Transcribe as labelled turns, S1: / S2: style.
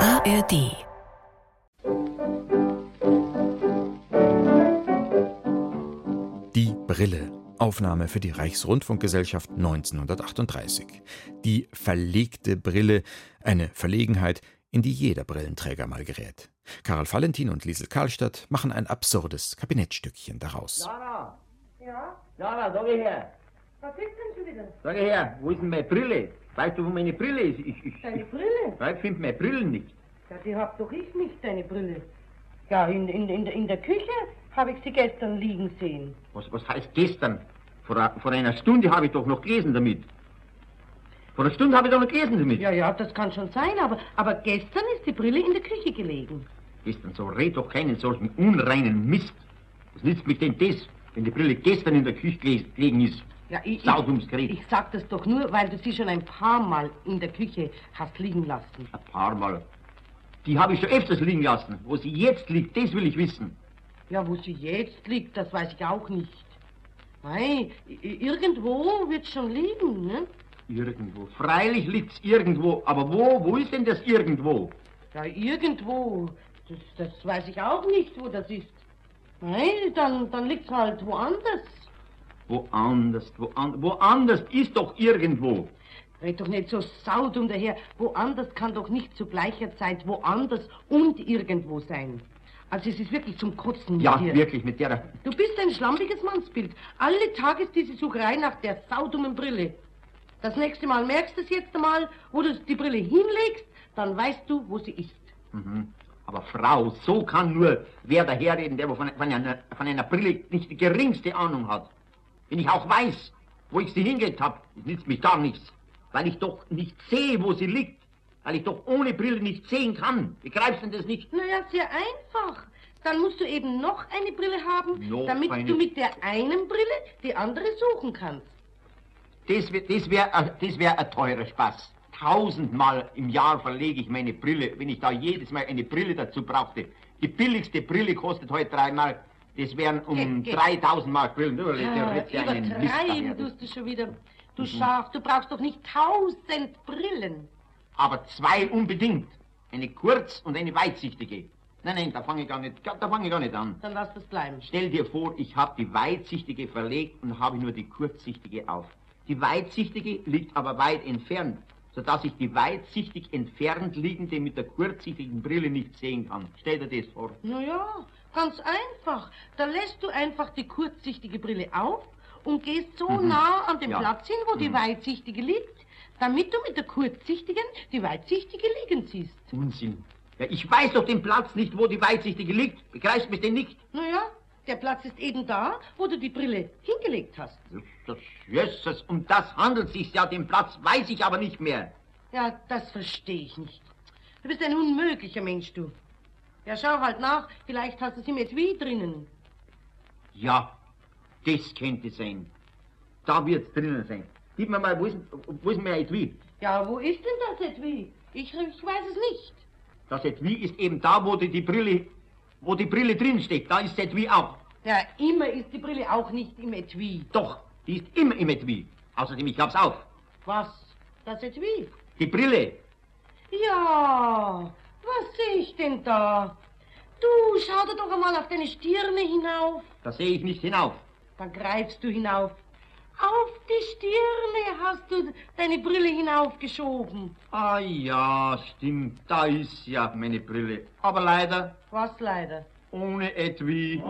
S1: ARD.
S2: Die Brille. Aufnahme für die Reichsrundfunkgesellschaft 1938. Die verlegte Brille, eine Verlegenheit, in die jeder Brillenträger mal gerät. Karl Valentin und Liesel Karlstadt machen ein absurdes Kabinettstückchen daraus.
S3: Lara,
S4: Ja,
S3: Lara, sag her.
S4: was ist denn schon wieder?
S3: Sag her, wo ist denn meine Brille? Weißt du, wo meine Brille ist? Ich, ich,
S4: Deine
S3: ich,
S4: Brille?
S3: ich finde meine Brille nicht.
S4: Ja, die hab doch ich nicht, deine Brille. Ja, in, in, in, in der Küche habe ich sie gestern liegen sehen.
S3: Was, was heißt gestern? Vor, a- vor einer Stunde habe ich doch noch gelesen damit. Vor einer Stunde habe ich doch noch gelesen damit.
S4: Ja, ja, das kann schon sein, aber, aber gestern ist die Brille in der Küche gelegen.
S3: Gestern, so red doch keinen solchen unreinen Mist. Was nützt mich denn das, wenn die Brille gestern in der Küche geles- gelegen ist?
S4: Ja, ich,
S3: Saudums
S4: ich,
S3: Gerät.
S4: ich sag das doch nur, weil du sie schon ein paar Mal in der Küche hast liegen lassen.
S3: Ein paar Mal. Die habe ich schon öfters liegen lassen. Wo sie jetzt liegt, das will ich wissen.
S4: Ja, wo sie jetzt liegt, das weiß ich auch nicht. Nein, i- irgendwo wird schon liegen, ne?
S3: Irgendwo. Freilich liegt's irgendwo. Aber wo, wo ist denn das irgendwo?
S4: Ja, irgendwo. Das, das weiß ich auch nicht, wo das ist. Nein, dann, dann liegt's halt woanders.
S3: Woanders, woanders, woanders ist doch irgendwo.
S4: Red doch nicht so saudum daher. Woanders kann doch nicht zu gleicher Zeit woanders und irgendwo sein. Also es ist wirklich zum Kotzen mit
S3: Ja,
S4: dir.
S3: wirklich, mit der.
S4: Du bist ein schlampiges Mannsbild. Alle Tage ist diese Sucherei nach der saudummen Brille. Das nächste Mal merkst du es jetzt einmal, wo du die Brille hinlegst, dann weißt du, wo sie ist.
S3: Mhm. Aber Frau, so kann nur wer daherreden, der von, von, einer, von einer Brille nicht die geringste Ahnung hat. Wenn ich auch weiß, wo ich sie hingelegt habe, nützt mich gar nichts. Weil ich doch nicht sehe, wo sie liegt. Weil ich doch ohne Brille nicht sehen kann. Begreifst du das nicht?
S4: Naja, sehr einfach. Dann musst du eben noch eine Brille haben,
S3: Noch
S4: damit
S3: eine.
S4: du mit der einen Brille die andere suchen kannst.
S3: Das wäre das wär, a- das wär ein teurer Spaß. Tausendmal im Jahr verlege ich meine Brille, wenn ich da jedes Mal eine Brille dazu brauchte. Die billigste Brille kostet heute dreimal. Das wären um
S4: Ge- ge-
S3: 3000 Mark Brillen. Du, leg dir
S4: Ah,
S3: jetzt einen Mhm. Mist daher.
S4: übertreiben tust du schon wieder. Du Schaf, du brauchst doch nicht tausend Brillen.
S3: Aber zwei unbedingt. Eine kurz- und eine weitsichtige. Nein, nein, da fange ich gar nicht, da fange ich gar nicht an.
S4: Dann lass das bleiben.
S3: Stell dir vor, ich habe die weitsichtige verlegt und habe nur die kurzsichtige auf. Die weitsichtige liegt aber weit entfernt, sodass ich die weitsichtig entfernt liegende mit der kurzsichtigen Brille nicht sehen kann. Stell dir das vor.
S4: Naja, ganz einfach. Da lässt du einfach die kurzsichtige Brille auf und gehst so nah an den
S3: Mhm. Ja. Mhm.
S4: Platz hin, wo die weitsichtige liegt, damit du mit der kurzsichtigen die weitsichtige liegen siehst.
S3: Unsinn. Ja, ich weiß doch den Platz nicht, wo die weitsichtige liegt. Begreifst mich denn nicht?
S4: Naja, der Platz ist eben da, wo du die Brille hingelegt hast.
S3: Das, Jesus, um das handelt sich ja. Den Platz weiß ich aber nicht mehr.
S4: Ja, das verstehe ich nicht. Du bist ein unmöglicher Mensch, du. Ja, schau halt nach, vielleicht hast du sie im Etui drinnen.
S3: Ja, das könnte sein. Da wird's drinnen sein. Gib mir mal, wo ist, wo ist mein Etui?
S4: Ja, wo ist denn das Etui? Ich, ich weiß es nicht.
S3: Das Etui ist eben da, wo die, die Brille, wo die Brille drinsteckt. Da ist das Etui auch.
S4: Ja, immer ist die Brille auch nicht im Etui.
S3: Doch, die ist immer im Etui. Außerdem, ich hab's auf.
S4: Was? Das Etui?
S3: Die Brille.
S4: Ja, was sehe ich denn da? Du, schau dir doch einmal auf deine Stirne hinauf.
S3: Da sehe ich nicht hinauf.
S4: Dann greifst du hinauf. Auf die Stirne hast du deine Brille hinaufgeschoben.
S3: Ah ja, stimmt. Da ist ja meine Brille. Aber leider
S4: Was leider.
S3: ohne Etui.